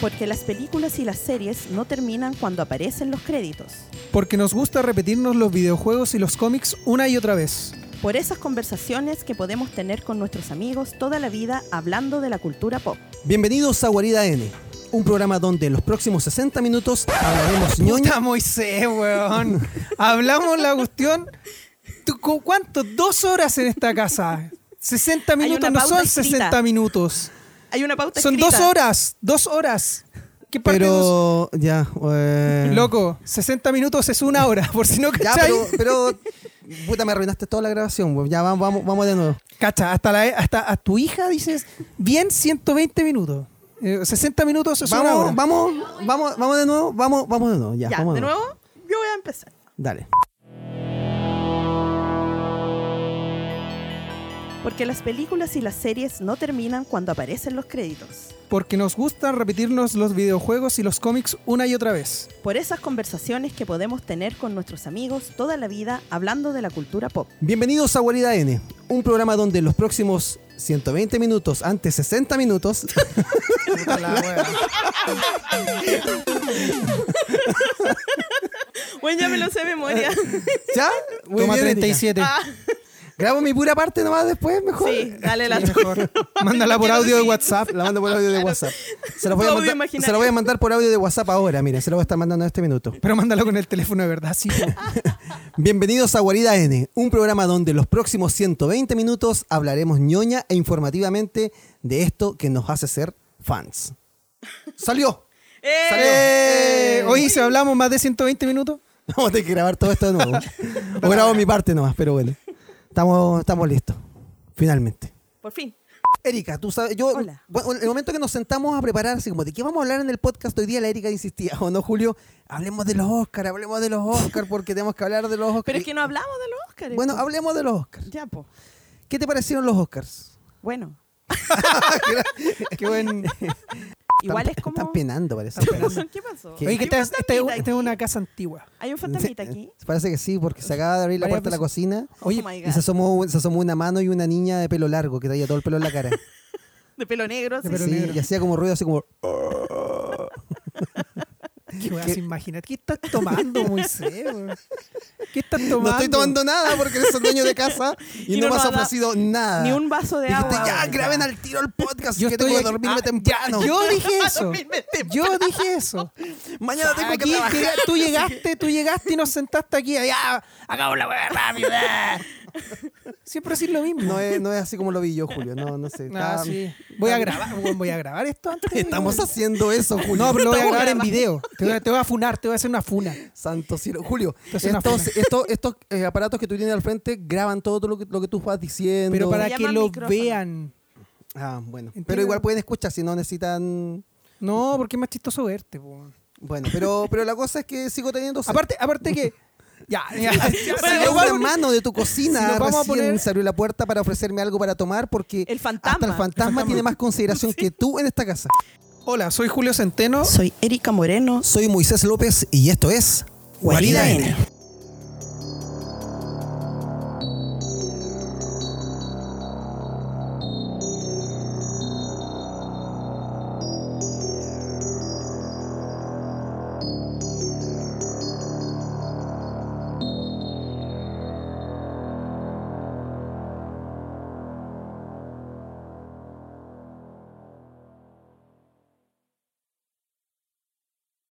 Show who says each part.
Speaker 1: Porque las películas y las series no terminan cuando aparecen los créditos.
Speaker 2: Porque nos gusta repetirnos los videojuegos y los cómics una y otra vez.
Speaker 1: Por esas conversaciones que podemos tener con nuestros amigos toda la vida hablando de la cultura pop.
Speaker 3: Bienvenidos a Guarida N, un programa donde en los próximos 60 minutos hablaremos ñoña.
Speaker 2: Puta Moisés, weón. Hablamos la cuestión. ¿Tú, cu- ¿Cuánto? Dos horas en esta casa. 60 minutos
Speaker 1: una
Speaker 2: no
Speaker 1: pauta
Speaker 2: son
Speaker 1: escrita.
Speaker 2: 60 minutos.
Speaker 1: Hay una pauta
Speaker 2: Son dos
Speaker 1: escrita.
Speaker 2: horas. Dos horas. ¿Qué parte dos?
Speaker 3: Pero ya, eh,
Speaker 2: Loco, 60 minutos es una hora, por si no
Speaker 3: Ya,
Speaker 2: cachai.
Speaker 3: pero, pero puta, me arruinaste toda la grabación, weón. Ya vamos, vamos, vamos de nuevo.
Speaker 2: Cacha, hasta, la, e, hasta a tu hija dices, bien 120 minutos. Eh, 60 minutos es una hora.
Speaker 3: Vamos, vamos, vamos, vamos de nuevo, vamos, vamos de nuevo, ya,
Speaker 1: Ya,
Speaker 3: vamos
Speaker 1: de nuevo, yo voy a empezar.
Speaker 3: Dale.
Speaker 1: Porque las películas y las series no terminan cuando aparecen los créditos.
Speaker 2: Porque nos gusta repetirnos los videojuegos y los cómics una y otra vez.
Speaker 1: Por esas conversaciones que podemos tener con nuestros amigos toda la vida hablando de la cultura pop.
Speaker 3: Bienvenidos a Guarida N, un programa donde en los próximos 120 minutos, antes 60 minutos, pues
Speaker 1: Bueno, ya me lo sé de memoria.
Speaker 3: ¿ya? Muy
Speaker 2: Toma
Speaker 3: bien, Erika.
Speaker 2: 37.
Speaker 1: Ah,
Speaker 3: Grabo mi pura parte nomás después, mejor.
Speaker 1: sí, dale la
Speaker 2: Sí, mejor. Mándala por audio de WhatsApp.
Speaker 3: La mando por audio de WhatsApp. Se la voy, a
Speaker 1: Todo
Speaker 3: mandar,
Speaker 1: imaginario.
Speaker 3: se la voy a mandar por audio de WhatsApp ahora, mira, se la voy a estar mandando en este minuto.
Speaker 2: Pero mándala con el teléfono de verdad, sí.
Speaker 3: Bienvenidos a Guarida N, un programa donde en los próximos 120 minutos hablaremos ñoña e informativamente de esto que nos hace ser fans. ¡Salió!
Speaker 1: ¡Eh!
Speaker 2: Eh, Oye, si hablamos más de 120 minutos.
Speaker 3: Vamos a tener que grabar todo esto de nuevo. o grabo mi parte nomás, pero bueno. Estamos, estamos listos. Finalmente.
Speaker 1: Por fin.
Speaker 3: Erika, tú sabes, yo,
Speaker 1: Hola.
Speaker 3: bueno, el momento que nos sentamos a preparar, así como, ¿de qué vamos a hablar en el podcast hoy día? La Erika insistía, ¿o no, Julio? Hablemos de los Oscars, hablemos de los Oscars, porque tenemos que hablar de los Oscars.
Speaker 1: Pero es que no hablamos de los Óscares.
Speaker 3: Bueno, hablemos de los Oscars.
Speaker 1: Ya, po.
Speaker 3: ¿Qué te parecieron los Oscars?
Speaker 1: Bueno,
Speaker 2: Qué buen.
Speaker 1: igual
Speaker 3: Están-
Speaker 1: es como...
Speaker 3: Están penando, parece.
Speaker 1: ¿Qué pasó?
Speaker 2: Oye, que
Speaker 3: ¿Qué?
Speaker 1: Hay un
Speaker 2: esta, esta-
Speaker 1: fantasmita
Speaker 2: esta es una casa antigua.
Speaker 1: Hay un fantasmita aquí.
Speaker 3: Parece que sí, porque se acaba de abrir la
Speaker 2: Varias
Speaker 3: puerta de la cocina
Speaker 2: Oye,
Speaker 1: oh my
Speaker 3: y se
Speaker 1: God.
Speaker 3: asomó, se asomó una mano y una niña de pelo largo que traía todo el pelo en la cara.
Speaker 1: De pelo negro,
Speaker 2: De
Speaker 1: sí.
Speaker 2: pelo
Speaker 3: Sí,
Speaker 2: negro.
Speaker 3: y hacía como ruido, así como...
Speaker 2: Qué weá, se imagina. ¿Qué estás tomando, Moisés? weón? ¿Qué estás tomando?
Speaker 3: No estoy tomando nada porque eres el dueño de casa y,
Speaker 1: Y
Speaker 3: no,
Speaker 1: no
Speaker 3: me
Speaker 1: nos
Speaker 3: has
Speaker 1: ha dado
Speaker 3: ofrecido nada.
Speaker 1: Ni un vaso de
Speaker 3: Dijiste,
Speaker 1: agua.
Speaker 3: Este, ya,
Speaker 1: weón.
Speaker 3: graben al tiro el podcast
Speaker 2: Yo
Speaker 3: que
Speaker 2: estoy
Speaker 3: tengo que
Speaker 2: aquí-
Speaker 3: dormirme
Speaker 2: ah,
Speaker 3: temprano.
Speaker 2: Yo dije eso.
Speaker 1: Dormirme temprano.
Speaker 2: Yo dije eso.
Speaker 3: Mañana tengo que
Speaker 2: Aquí
Speaker 3: trabajar.
Speaker 2: llega- tú llegaste, tú llegaste y nos sentaste aquí. Allá, hagamos la weá rápido. ¿eh? Siempre así lo mismo.
Speaker 3: No es, no es así como lo vi yo, Julio. No, no sé.
Speaker 2: No,
Speaker 3: Está-
Speaker 2: sí. Voy a grabar, weón, voy a grabar esto antes. de-
Speaker 3: Estamos haciendo eso, Julio.
Speaker 2: No, pero lo voy a
Speaker 3: Estamos-
Speaker 2: grabar en video. Te voy, a- te voy a funar, te voy a hacer una funa.
Speaker 3: Santo cielo. Julio,
Speaker 2: Entonces, una
Speaker 3: estos,
Speaker 2: funa.
Speaker 3: estos, estos, eh, aparatos que tú tienes al frente graban todo lo que, lo que tú vas diciendo.
Speaker 2: Pero para
Speaker 1: Se
Speaker 2: que
Speaker 1: llama
Speaker 2: lo
Speaker 1: micrófono.
Speaker 2: vean.
Speaker 3: Ah, bueno. Pero
Speaker 2: Entiendo.
Speaker 3: igual pueden escuchar si no necesitan...
Speaker 2: No, porque es más chistoso verte. po.
Speaker 3: Bueno, pero, pero la cosa es que sigo teniendo... sed.
Speaker 2: Aparte, aparte que. Ya, ya, ya,
Speaker 3: Salió
Speaker 2: ya,
Speaker 3: un
Speaker 2: vamos-
Speaker 3: hermano de tu cocina
Speaker 2: si nos vamos a
Speaker 3: recién
Speaker 2: poner-
Speaker 3: se abrió la puerta para ofrecerme algo para tomar porque
Speaker 1: El fantasma.
Speaker 3: hasta el fantasma, tiene más consideración que tú en esta casa.
Speaker 2: Hola, soy Julio Centeno.
Speaker 1: Soy Erika Moreno.
Speaker 3: Soy Moisés López y esto es
Speaker 1: Guarida N.